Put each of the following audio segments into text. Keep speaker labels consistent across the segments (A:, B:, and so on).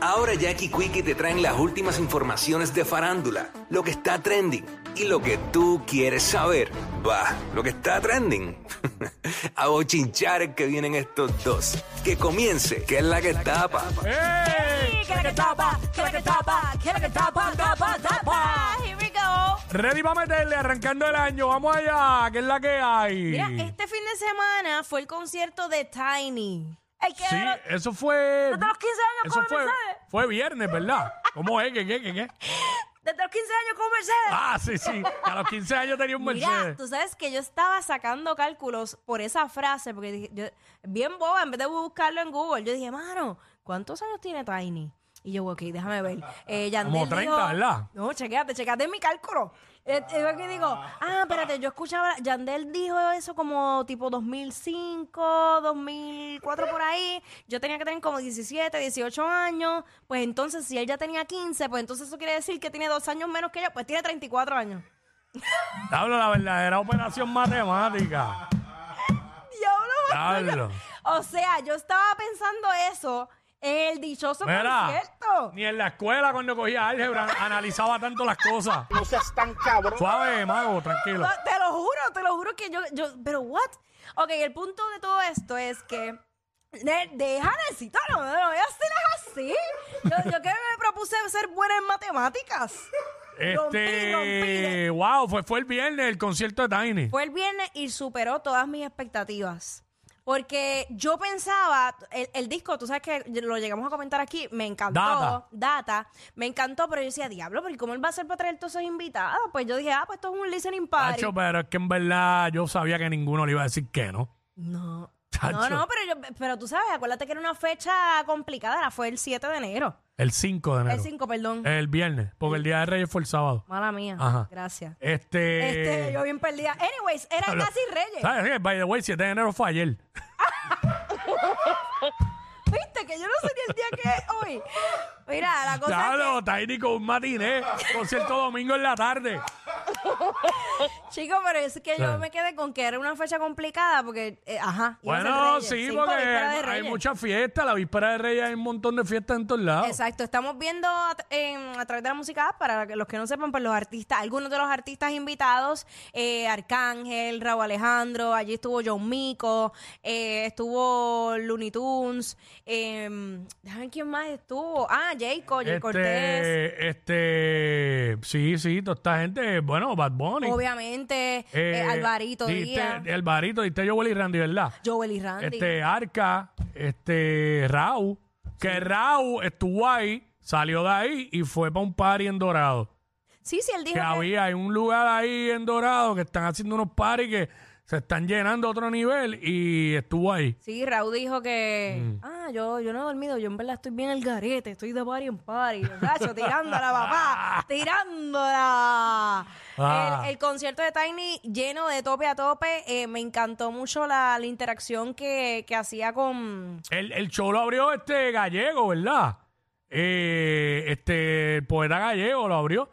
A: Ahora Jackie Quickie te traen las últimas informaciones de farándula, lo que está trending y lo que tú quieres saber. Va, lo que está trending. A bochinchar que vienen estos dos. Que comience, que es la que tapa.
B: ¡Ey!
C: Que la que tapa, que la que tapa, que la que tapa, tapa, tapa. Ah, Here we go.
B: Ready para meterle, arrancando el año. Vamos allá, que es la que hay.
C: Mira, este fin de semana fue el concierto de Tiny. Ay, que
B: Sí,
C: de los-
B: eso fue.
C: Desde los 15 años
B: Eso
C: con
B: fue,
C: Mercedes.
B: fue viernes, ¿verdad? ¿Cómo es? ¿Qué, qué, qué, qué?
C: Desde los 15 años con Mercedes.
B: Ah, sí, sí. A los 15 años tenía un
C: Mira,
B: Mercedes.
C: tú sabes que yo estaba sacando cálculos por esa frase, porque dije, yo, bien boba, en vez de buscarlo en Google, yo dije, mano, ¿cuántos años tiene Tiny? Y yo, ok, déjame ver. Eh, Yandel
B: Como 30,
C: dijo-
B: ¿verdad?
C: No, chequéate, chequéate mi cálculo. Eh, yo aquí digo, ah, espérate, yo escuchaba, Yandel dijo eso como tipo 2005, 2004 por ahí. Yo tenía que tener como 17, 18 años. Pues entonces, si él ya tenía 15, pues entonces eso quiere decir que tiene dos años menos que yo, pues tiene 34 años.
B: Hablo la verdadera operación matemática.
C: Diablo,
B: Diablo.
C: O sea, yo estaba pensando eso en el dichoso
B: Mira,
C: concierto.
B: ni en la escuela cuando cogía álgebra analizaba tanto las cosas.
D: No seas tan cabrón.
B: Suave, mago, tranquilo.
C: No, te lo juro, te lo juro que yo, yo, pero what? Ok, el punto de todo esto es que ne- deja de citarlo, no, no voy a hacerlas así. Yo, yo que me propuse ser buena en matemáticas. Rompí, rompí de-
B: Este, wow, fue, fue el viernes el concierto de Tiny.
C: Fue el viernes y superó todas mis expectativas. Porque yo pensaba, el, el disco, tú sabes que lo llegamos a comentar aquí, me encantó.
B: Data.
C: Data, me encantó, pero yo decía, diablo, pero ¿y cómo él va a hacer para traer todos esos invitados? Pues yo dije, ah, pues esto es un listening party.
B: Tacho, pero es que en verdad yo sabía que ninguno le iba a decir que no.
C: No.
B: Tacho.
C: No, no, pero, yo, pero tú sabes, acuérdate que era una fecha complicada, era- fue el 7 de enero.
B: El 5 de enero.
C: El 5, perdón.
B: El viernes, porque el día de Reyes fue el sábado.
C: Mala mía.
B: Eh. Ajá.
C: Gracias.
B: Este.
C: Este, yo bien perdida. Anyways, era
B: hablo-
C: casi Reyes.
B: ¿Sabes qué? By the way, 7 de enero fue ayer.
C: Viste que yo no sé ni el día que es hoy. Mira, la cosa es que-
B: Claro, Tiny con un matiné. Concierto domingo en la tarde.
C: Chico, pero es que yo
B: Sí.
C: me quedé con que era una fecha complicada porque, eh, ajá. iba a ser
B: Bueno,
C: Reyes,
B: sí,
C: cinco
B: porque
C: vísperas
B: hay,
C: de
B: hay
C: Reyes.
B: muchas fiestas. La víspera de Reyes hay un montón de fiestas en todos lados.
C: Exacto, estamos viendo a, tra- en- a través de la música app, para que- los que no sepan, pues los artistas, algunos de los artistas invitados, eh, Arcángel, Raúl Alejandro, allí estuvo John Mico, eh, estuvo Looney Tunes, eh, déjame quién más estuvo? Ah, Jayco, Jay Cortés,
B: Este, este, sí, sí, toda esta gente, bueno, Bad Bunny.
C: obviamente, eh,
B: Eh,
C: Alvarito
B: dijiste-
C: Díaz,
B: Alvarito, diste Joel y Randy, ¿verdad?
C: Joel y Randy.
B: Este, Arca, este, Rau. Que Rau estuvo ahí, salió de ahí y fue para un party en Dorado.
C: sí, sí, él dijo
B: Que había, hay un lugar ahí en Dorado que están haciendo unos parties que se están llenando a otro nivel y estuvo ahí.
C: Sí, Raúl dijo que, ah, yo, yo no he dormido, yo en verdad estoy bien el garete, estoy de party en party, gacho, tirándola, papá, tirándola.
B: Ah.
C: El, el concierto de Tiny lleno de tope a tope, eh, me encantó mucho la, la interacción que, que hacía con...
B: El, el show lo abrió este gallego, ¿verdad? Eh, este, el poeta gallego lo abrió.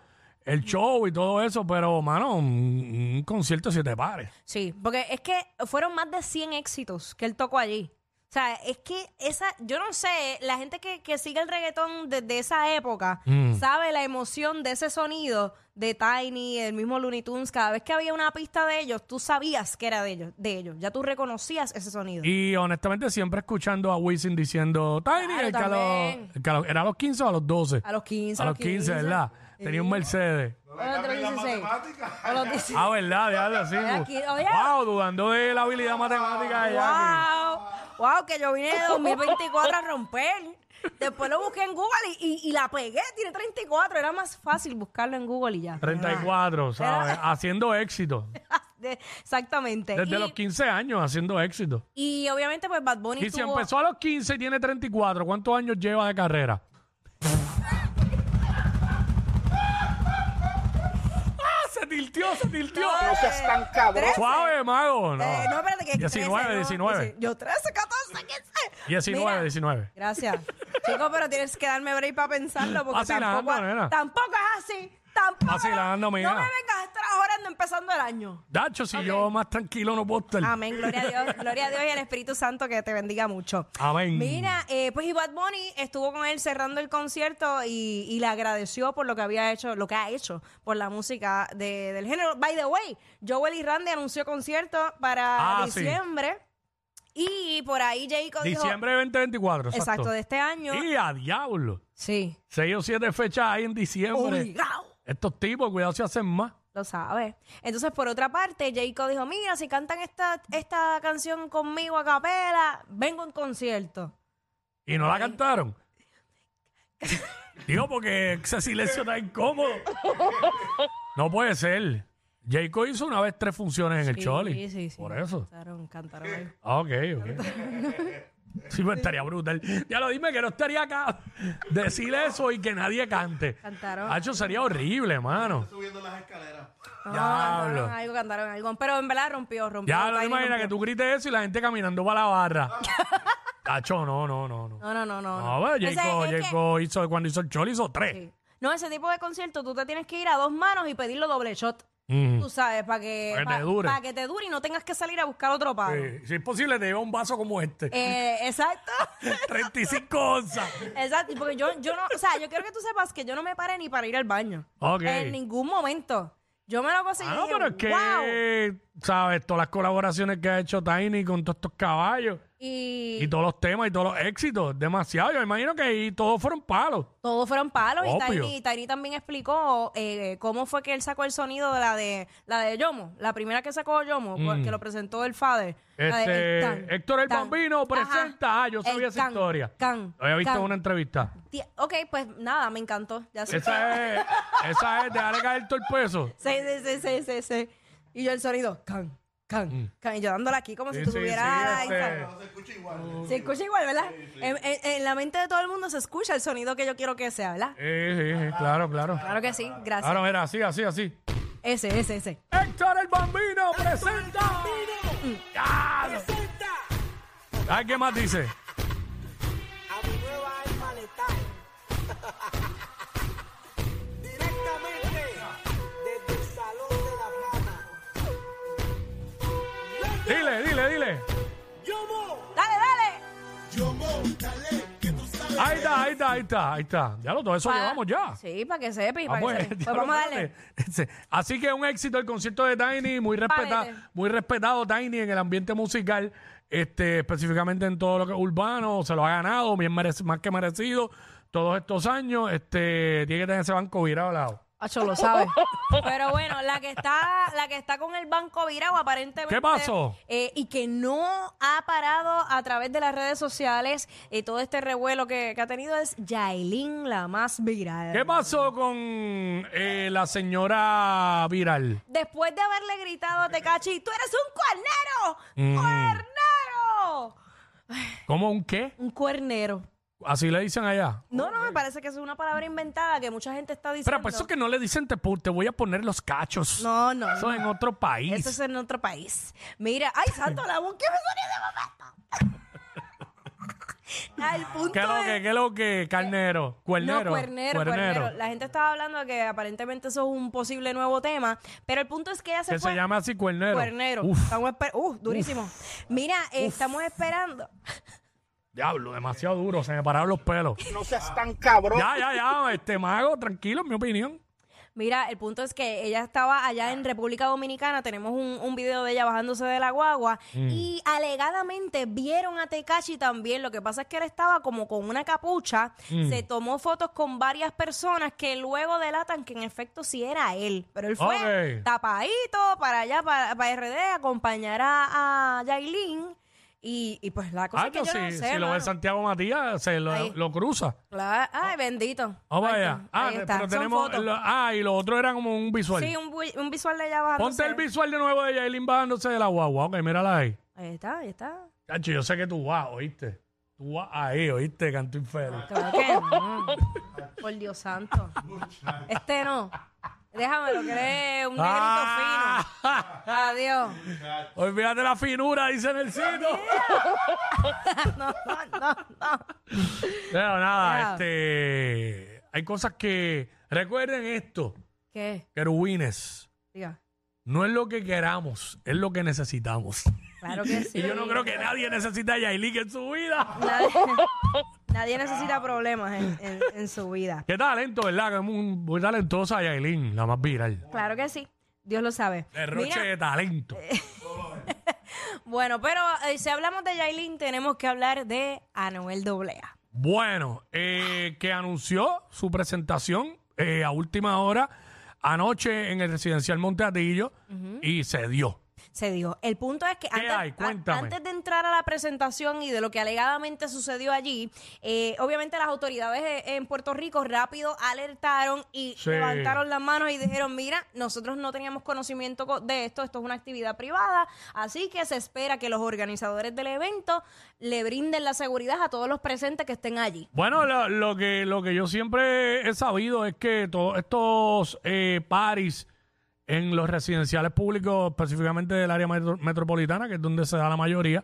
B: El show y todo eso, pero, mano, un, un concierto si te pares.
C: Sí, porque es que fueron más de 100 éxitos que él tocó allí. O sea, es que esa, yo no sé, la gente que, que sigue el reggaetón desde esa época
B: Mm.
C: sabe la emoción de ese sonido de Tiny, el mismo Looney Tunes. Cada vez que había una pista de ellos, tú sabías que era de ellos, de ellos. Ya tú reconocías ese sonido.
B: Y honestamente, siempre escuchando a Wisin diciendo, Tiny,
C: Claro,
B: el que a los-
C: también.
B: el que a los- ¿era a los 15 o a los 12?
C: a los 15,
B: A los 15, ¿verdad? Tenía un Mercedes.
C: A los 16. A los 16.
B: Ah, ¿verdad? Ya sí.
C: Era aquí- oye.
B: Wow, dudando de la habilidad matemática de Jackie.
C: ¡Wow! ¡Wow! Que yo vine de 2024 a romper. Después lo busqué en Google y, y- y la pegué. Tiene 34. Era más fácil buscarlo en Google y ya.
B: 34, ¿sabes? Haciendo éxito.
C: De- Exactamente.
B: Desde
C: y,
B: los 15 años haciendo éxito.
C: y obviamente, pues Bad Bunny
B: Y si
C: tuvo-
B: empezó a los 15 y tiene 34, ¿cuántos años lleva de carrera? ¡Ah! Se tiltió, se tiltió.
D: No seas tan cabrón.
C: Tres.
B: Suave, mago. No.
C: Eh, no, espérate, que
B: 19,
C: 13, no,
B: 19.
C: Yo 13, 14, 15.
B: 19,
C: Mira,
B: 19.
C: Gracias. Chico, pero tienes que darme break para pensarlo porque
B: Vacilando,
C: tampoco,
B: nena.
C: tampoco es así. Tampoco.
B: Vacilando, mija.
C: No me vengas a estar ahorrando empezando el año.
B: Dacho, si yo más tranquilo no puedo estar.
C: Amén, gloria a Dios, gloria a Dios y al Espíritu Santo que te bendiga mucho.
B: Amén.
C: Mira, eh, pues y Bad Bunny estuvo con él cerrando el concierto y, y le agradeció por lo que había hecho, lo que ha hecho por la música de- del género. By the way, Joel y Randy anunció concierto para
B: Ah, sí.
C: diciembre y por ahí Jayco dijo...
B: Diciembre de 2024. Exacto.
C: Exacto, de este año.
B: Y a diablo.
C: Sí.
B: 6 o 7 fechas ahí en diciembre.
C: Obligado.
B: Estos tipos, cuidado si hacen más.
C: Lo sabe. Entonces, por otra parte, Jayco dijo, mira, si cantan esta, esta canción conmigo a capela, vengo a un concierto.
B: Y no la cantaron. Digo, porque ese silencio tan incómodo. No puede ser. Jayco hizo una vez tres funciones en el Choli.
C: Sí, sí, sí.
B: Por eso.
C: Cantaron, cantaron ahí.
B: Ah, ok, ok. Sí, me estaría brutal. Ya lo dime que no estaría acá. Decir eso y que nadie cante.
C: Cantaron.
B: Hacho, sería horrible, mano. Subiendo las
C: Ah,
B: escaleras.
C: cantaron algo, cantaron algo. Pero en verdad rompió, rompió.
B: Ya
C: el
B: lo
C: baile
B: imaginas que
C: rompió.
B: tú grites eso y la gente caminando para la barra. Tacho, no, no, no, no.
C: No, no, no, no.
B: No, bueno,
C: Ese-
B: Jacob,
C: es que-
B: Jacob hizo, cuando hizo el chol hizo tres. Eh,
C: sí. No, ese tipo de concierto tú te tienes que ir a dos manos y pedirlo doble shot.
B: Mm.
C: Tú sabes, para que,
B: Pa' que te
C: pa-
B: dure.
C: pa' que te dure y no tengas que salir a buscar otro palo.
B: Sí, si es posible, te lleva un vaso como este.
C: Eh, exacto.
B: 35 onzas.
C: Exacto, porque yo, yo no, o sea, yo quiero que tú sepas que yo no me paré ni para ir al baño.
B: Ok.
C: En ningún momento. Yo me lo conseguí.
B: Ah, no,
C: y dije,
B: pero es que,
C: "Wow".
B: ¿sabes? Todas las colaboraciones que ha hecho Tiny con todos estos caballos
C: Y,
B: y todos los temas y todos los éxitos, demasiado. Yo me imagino que ahí todos fueron palos.
C: Todos fueron palos y
B: Obvio.
C: Tiny, Tiny también explicó eh, cómo fue que él sacó el sonido de la de la de Yomo, la primera que sacó Yomo, pues, que lo presentó el Father. la de
B: Mm. Este,
C: tan,
B: Héctor el
C: tan.
B: Bambino presenta.
C: Ajá.
B: Ah, yo
C: El
B: sabía esa
C: can,
B: historia.
C: can,
B: Lo había visto
C: can.
B: en una entrevista.
C: Ti- Ok, pues nada, me encantó. Ya sé.
B: Esa es, esa es, dejarle caer todo el peso.
C: Sí, sí, sí, sí, sí, sí. Y yo el sonido, can, can, can. Y yo dándole aquí como
B: Mm. Sí,
C: si tú
B: sí,
C: tuvieras...
B: sí, este,
C: Se escucha igual, ¿verdad? En, en- en la mente de todo el mundo se escucha el sonido que yo quiero que sea, ¿verdad?
B: eh, sí, sí, claro, claro.
C: Claro que sí, gracias.
B: Claro, mira, así, así, así.
C: Ese, ese, ese.
B: Héctor el Bambino presenta. Ya. Ay, ¿qué más dice?
E: a mi nueva alma letal. Directamente desde el Salón de la Fama.
B: Dile, dile, dile.
C: ¡Dale, dale!
B: Ahí está, ahí está, ahí está, ahí está. Ya lo, todo eso
C: Pa-
B: llevamos ya.
C: Sí, para que sepa y
B: Ah,
C: para
B: pues,
C: que sepa.
B: ya
C: Pues
B: lo
C: vamos a darle.
B: tiene. Ese. Así que un éxito el concierto de Tiny, muy respetado,
C: Parece.
B: muy respetado Tiny en el ambiente musical, este, específicamente en todo lo que es urbano, se lo ha ganado, bien merec- más que merecido, todos estos años, este, tiene que tener ese banco virado al lado.
C: Acho lo sabe. Pero bueno, la que está, la que está con el banco virado aparentemente.
B: ¿Qué pasó?
C: eh, y que no ha parado a través de las redes sociales eh, todo este revuelo que, que ha tenido es Yailin, la más viral.
B: ¿Qué pasó con eh, la señora viral?
C: Después de haberle gritado a Tecachi, ¡tú eres un
B: Mm.
C: cuernero! ¡Cuernero!
B: ¿Cómo un qué?
C: Un cuernero.
B: Así le dicen allá.
C: No, no, me parece que es una palabra inventada que mucha gente está diciendo.
B: Pero por pues, eso que no le dicen te, pu- te voy a poner los cachos.
C: No, no,
B: Eso
C: no.
B: en otro país.
C: Eso es en otro país. Mira, ay, santo, la voz que me sonido de momento. Al punto
B: ¿Qué es lo que,
C: de-
B: qué es lo que, carnero? Cuernero.
C: No, cuernero, cuernero. La gente estaba hablando de que aparentemente eso es un posible nuevo tema, pero el punto es que ella se
B: Que
C: fue.
B: se llama así cuernero.
C: Cuernero.
B: Uf,
C: Estamos esper- uh, durísimo. Mira, eh, estamos esperando.
B: diablo, demasiado duro, se me pararon los pelos.
D: No seas tan cabrón.
B: ya, ya, ya, este mago, tranquilo, en mi opinión.
C: Mira, el punto es que ella estaba allá en República Dominicana, tenemos un, un video de ella bajándose de la guagua
B: Mm.
C: y alegadamente vieron a Tekashi también, lo que pasa es que él estaba como con una capucha,
B: Mm.
C: se tomó fotos con varias personas que luego delatan que en efecto sí era él, pero él fue
B: Ok.
C: tapadito para allá, para, para RD, a acompañar a, a Yailin y, y pues la cosa
B: Ah,
C: es que yo
B: si,
C: no sé,
B: si lo ve
C: mano.
B: Santiago Matías, se
C: Ahí.
B: lo, lo cruza.
C: Claro, Ay, bendito.
B: Oh,
C: Ahí
B: vaya.
C: está,
B: Ah,
C: ahí está,
B: pero
C: son
B: tenemos.
C: fotos.
B: lo- ah, y lo otro era como un visual.
C: Sí, un, bu- un visual de ella bajándose.
B: Ponte el visual de nuevo de Yailin bajándose de la guagua. Ok, mírala ahí.
C: Ahí está, ahí está.
B: Chacho, yo sé que tú vas, oíste. Tú vas ahí, oíste, canto infeliz.
C: Claro que no. Por Dios santo. Este no. Déjamelo, que es un negrito
B: Ah.
C: fino. Adiós.
B: Olvídate la finura, dice en el sitio.
C: No, no, no, no.
B: Pero nada,
C: Ya.
B: este. Hay cosas que. Recuerden esto.
C: ¿Qué?
B: Querubines.
C: Diga.
B: No es lo que queramos, es lo que necesitamos.
C: Claro que sí.
B: Y yo no creo que nadie necesita a Yailin en su vida.
C: Nadie, nadie necesita problemas en, en- en su vida.
B: Qué talento, ¿verdad? Que es muy, muy talentosa Yailin, la más viral.
C: Claro que sí. Dios lo sabe.
B: Derroche
C: Mira,
B: de talento.
C: bueno, pero eh, si hablamos de Yailin, tenemos que hablar de Anuel Doblea.
B: Bueno, eh, que anunció su presentación eh, a última hora anoche en el residencial Monteatillo y se dio.
C: Se dio. El punto es que antes,
B: hay?
C: a-
B: Cuéntame.
C: antes de entrar a la presentación y de lo que alegadamente sucedió allí, eh, obviamente las autoridades eh, en Puerto Rico rápido alertaron y
B: Sí.
C: levantaron las manos y dijeron, mira, nosotros no teníamos conocimiento co- de esto, esto es una actividad privada, así que se espera que los organizadores del evento le brinden la seguridad a todos los presentes que estén allí.
B: Bueno, lo, lo que, lo que yo siempre he sabido es que todos estos eh, paris en los residenciales públicos, específicamente del área metro- metropolitana, que es donde se da la mayoría,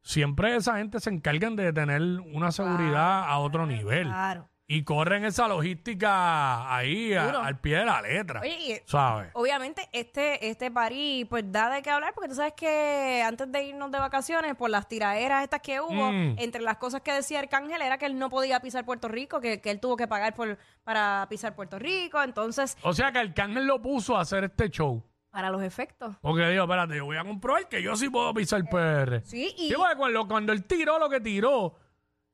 B: siempre esa gente se encargan de tener una seguridad a otro nivel.
C: Ah, Claro.
B: Y corren esa logística ahí a-
C: Duro.
B: al pie de la letra.
C: Oye, y-
B: ¿Sabes?
C: Obviamente, este, este parí, pues da de qué hablar, porque tú sabes que antes de irnos de vacaciones, por las tiraderas estas que hubo,
B: Mm.
C: entre las cosas que decía Arcángel era que él no podía pisar Puerto Rico, que, que él tuvo que pagar por, para pisar Puerto Rico, entonces,
B: O sea que Arcángel lo puso a hacer este show.
C: para los efectos.
B: Porque digo, espérate, yo voy a comprobar que yo sí puedo pisar el PR.
C: Sí, y
B: Sí, porque cuando, cuando él tiró lo que tiró,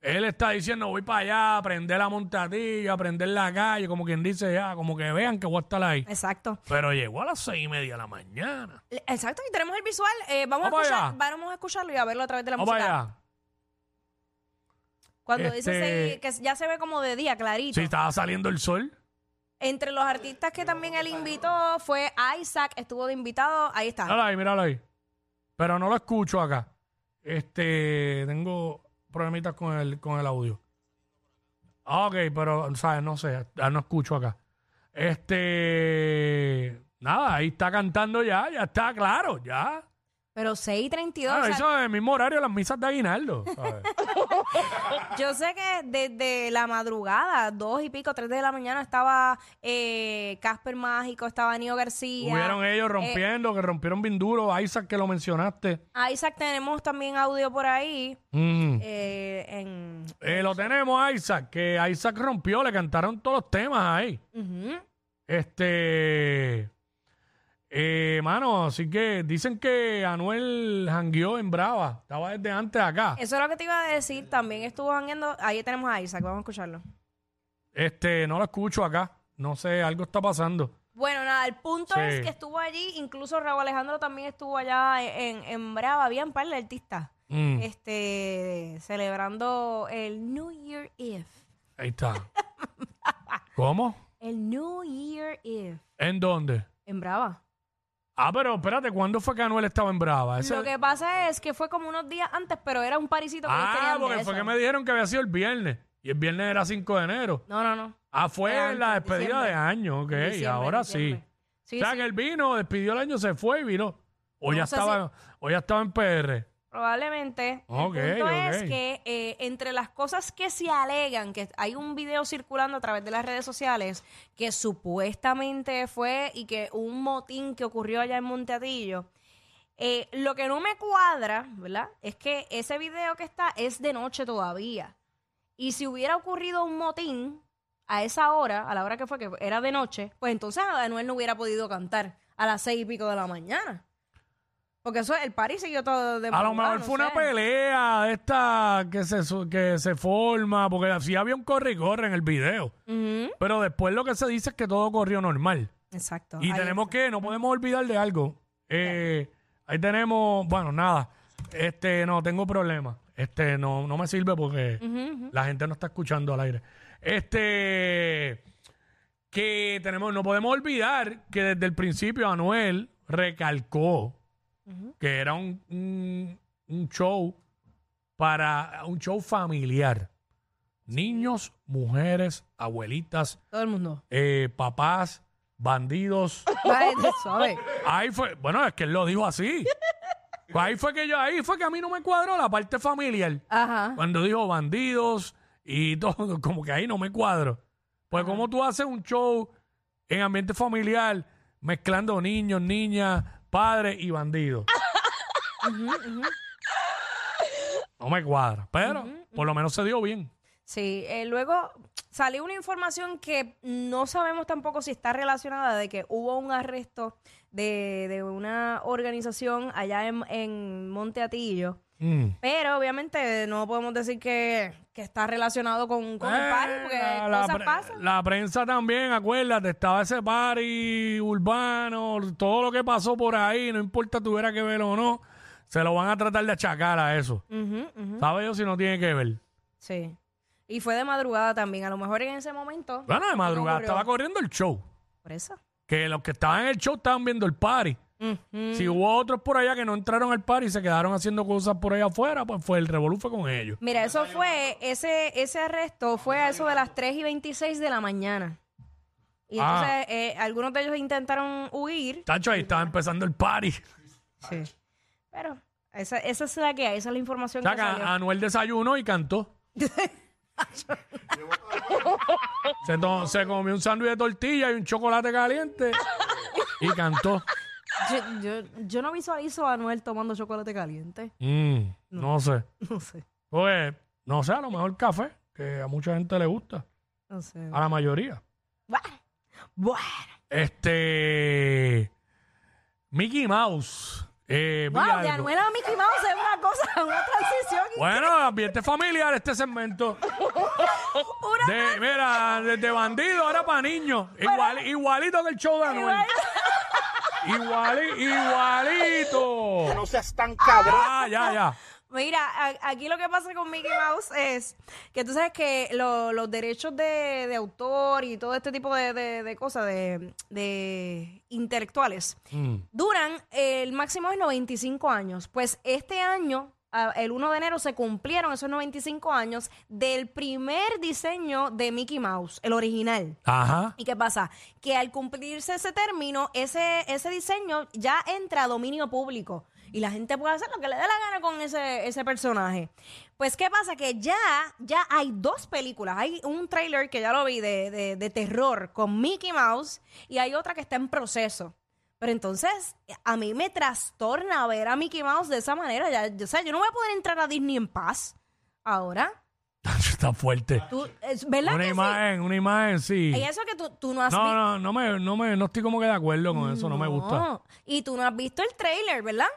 B: él está diciendo, voy para allá, aprender la montadilla, aprender la calle, como quien dice, ya, como que vean que voy a estar ahí.
C: exacto.
B: Pero llegó a las seis y media de la mañana.
C: Le- Exacto, y tenemos el visual. eh, vamos,
B: Vamos
C: a escuchar-
B: allá.
C: vamos a escucharlo y a verlo a través de la
B: Vamos
C: música.
B: allá.
C: Cuando dice
B: Este-
C: ese- que ya se ve como de día, clarito.
B: Sí, estaba saliendo el sol.
C: Entre los artistas que también él invitó fue Isaac, estuvo de invitado. Ahí está.
B: Míralo ahí, míralo ahí. Pero no lo escucho acá. Este, tengo problemitas con el, con el audio. Ah, Ok, pero, ¿sabes? No sé, ah, no escucho acá. Este, nada, ahí está cantando ya, ya está claro, ya.
C: Pero 6 y 32.
B: Ah,
C: o sea,
B: eso es el mismo horario de las misas de Aguinaldo. ¿sabes?
C: Yo sé que desde la madrugada, dos y pico, tres de la mañana, estaba eh, Casper Mágico, estaba Nio García.
B: Hubieron e- ellos rompiendo, que rompieron bien duro. Isaac, que lo mencionaste.
C: Eh, Isaac, tenemos también audio por ahí.
B: Mm.
C: eh, en,
B: Eh, lo tenemos, Isaac, que Isaac rompió, le cantaron todos los temas ahí.
C: Mm. Ujú.
B: Este. Eh, mano, así que dicen que Anuel jangueó en Brava. Estaba desde antes acá.
C: Eso es lo que te iba a decir. También estuvo jangueando. Ahí tenemos a Isaac, vamos a escucharlo.
B: Este, no lo escucho acá. No sé, algo está pasando.
C: Bueno, nada, el punto
B: Sí.
C: es que estuvo allí, incluso Raúl Alejandro también estuvo allá en, en Brava, había un par de artistas,
B: Mm,
C: este, celebrando el New Year Eve.
B: Ahí está. ¿Cómo?
C: El New Year Eve.
B: ¿En dónde?
C: En Brava.
B: Ah, pero espérate, ¿cuándo fue que Anuel estaba en Brava? Ese-
C: Lo que pasa es que fue como unos días antes, pero era un parisito que ellos
B: ah,
C: querían de
B: porque fue
C: eso.
B: que me dijeron que había sido el viernes. Y el viernes era 5 de enero.
C: No, no, no.
B: Ah, fue
C: Era
B: en la
C: antes,
B: despedida
C: diciembre.
B: de año, ok.
C: En diciembre,
B: ahora
C: en
B: sí.
C: diciembre. Sí,
B: o sea,
C: sí,
B: que él vino, despidió el año, se fue y vino. O,
C: No
B: ya,
C: sé
B: estaba, o ya estaba en PR.
C: probablemente.
B: Ok,
C: el punto es
B: ok.
C: que eh, entre las cosas que se alegan, que hay un video circulando a través de las redes sociales, que supuestamente fue y que un motín que ocurrió allá en Monteatillo, eh, lo que no me cuadra, ¿verdad? Es que ese video que está es de noche todavía. Y si hubiera ocurrido un motín a esa hora, a la hora que fue, que era de noche, pues entonces Anuel no hubiera podido cantar a las seis y pico de la mañana. Porque eso, el party siguió todo de
B: A lo
C: madrugada,
B: mejor
C: no
B: fue una
C: sé.
B: pelea de esta que se, su- que se forma, porque así había un corre y corre en el video.
C: Ujú,
B: Pero después lo que se dice es que todo corrió normal.
C: Exacto.
B: Y
C: Ahí
B: tenemos
C: está.
B: que, no podemos olvidar de algo. Eh, ahí tenemos, bueno, nada. Este, no, tengo problemas. Este, no, no me sirve porque la gente no está escuchando al aire. Este, que tenemos, no podemos olvidar que desde el principio Anuel recalcó que era un, un- un show para un show familiar. Niños, mujeres, abuelitas,
C: Todo el mundo.
B: eh, papás, bandidos.
C: Ay, suave.
B: Ahí fue, bueno, es que él lo dijo así. Pues ahí fue que yo, ahí fue que a mí no me cuadró la parte familiar.
C: Ajá.
B: Cuando dijo bandidos y todo, como que ahí no me cuadro. Pues como tú haces un show en ambiente familiar, mezclando niños, niñas, padres y bandidos. No me cuadra, pero por lo menos se dio bien.
C: Sí, eh, luego salió una información que no sabemos tampoco si está relacionada de que hubo un arresto de, de una organización allá en, en Monte Atillo.
B: Mm.
C: Pero obviamente no podemos decir que, que está relacionado con, con el party, porque
B: Eh, la,
C: cosas
B: pre-
C: pasan.
B: la prensa también, acuérdate, estaba ese party urbano, todo lo que pasó por ahí, no importa tuviera que ver o no, se lo van a tratar de achacar a eso.
C: Ujú, ujú,
B: ¿Sabes yo si no tiene que ver?
C: Sí. Y fue de madrugada también. A lo mejor en ese momento.
B: Bueno, de madrugada
C: ocurrió?
B: estaba corriendo el show.
C: Por eso.
B: Que los que estaban en el show estaban viendo el party.
C: Ujú.
B: Si hubo otros por allá que no entraron al party y se quedaron haciendo cosas por allá afuera, pues fue el revolú fue con ellos.
C: Mira, eso fue, ese, ese arresto fue a eso de las 3 y 26 de la mañana. Y
B: Ah.
C: entonces eh, algunos de ellos intentaron huir.
B: Tacho, ahí estaba empezando el party.
C: Sí. Pero esa, esa es la que hay, esa es la información
B: O sea,
C: que
B: que
C: salió.
B: Anuel desayunó y cantó. se, to- se comió un sándwich de tortilla y un chocolate caliente y cantó.
C: Yo, yo, yo no visualizo a Anuel tomando chocolate caliente.
B: Mm, no. sé.
C: No sé,
B: Pues, no sé, a lo mejor café, que a mucha gente le gusta,
C: no sé.
B: a la mayoría.
C: Buah. Buah.
B: Este. Mickey Mouse. eh, vi
C: Wow, de
B: algo.
C: Anuel a Mickey Mouse es una cosa, una transición.
B: Bueno, ambiente familiar este segmento. De, mira, desde bandido ahora para niños. Igual, igualito que el show de Anuel. Iguali- igualito.
D: No seas tan cabrón.
B: Ya, ya, ya.
C: Mira, a- aquí lo que pasa con Mickey Mouse es que tú sabes que lo- los derechos de, de autor y todo este tipo de, de- de cosas, de, de intelectuales,
B: Mm.
C: duran eh, el máximo es 95 años. Pues este año, a- el 1 de enero, se cumplieron esos 95 años del primer diseño de Mickey Mouse, el original.
B: Ajá.
C: ¿Y qué pasa? Que al cumplirse ese término, ese, ese diseño ya entra a dominio público. Y la gente puede hacer lo que le dé la gana con ese, ese personaje. Pues, ¿qué pasa? Que ya, ya hay dos películas. Hay un trailer que ya lo vi de, de- de terror con Mickey Mouse y hay otra que está en proceso. Pero entonces, a mí me trastorna ver a Mickey Mouse de esa manera. Ya, yo- o sea, yo no voy a poder entrar a Disney en paz ahora.
B: Está fuerte.
C: Tú, es- ¿Verdad
B: Una
C: que sí?
B: imagen, una imagen, sí.
C: Y eso que tú, tú no has
B: No,
C: visto.
B: no, no me, no me, no estoy como que de acuerdo con eso, no me gusta.
C: No. Y tú no has visto el trailer, ¿verdad?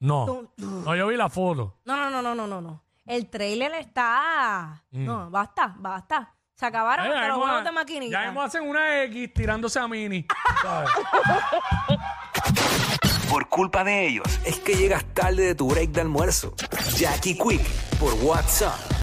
B: No.
C: Tú-
B: No, yo vi la foto.
C: No, no, no, no, no, no, no. El trailer está.
B: Mm.
C: No, basta, basta. Se acabaron
B: Eh,
C: hasta los
B: mismo-
C: juegos de
B: ya
C: maquinita.
B: mismo hacen una X tirándose a Mini. ¿sabes?
A: Por culpa de ellos es que llegas tarde de tu break de almuerzo. Jackie Quick por WhatsApp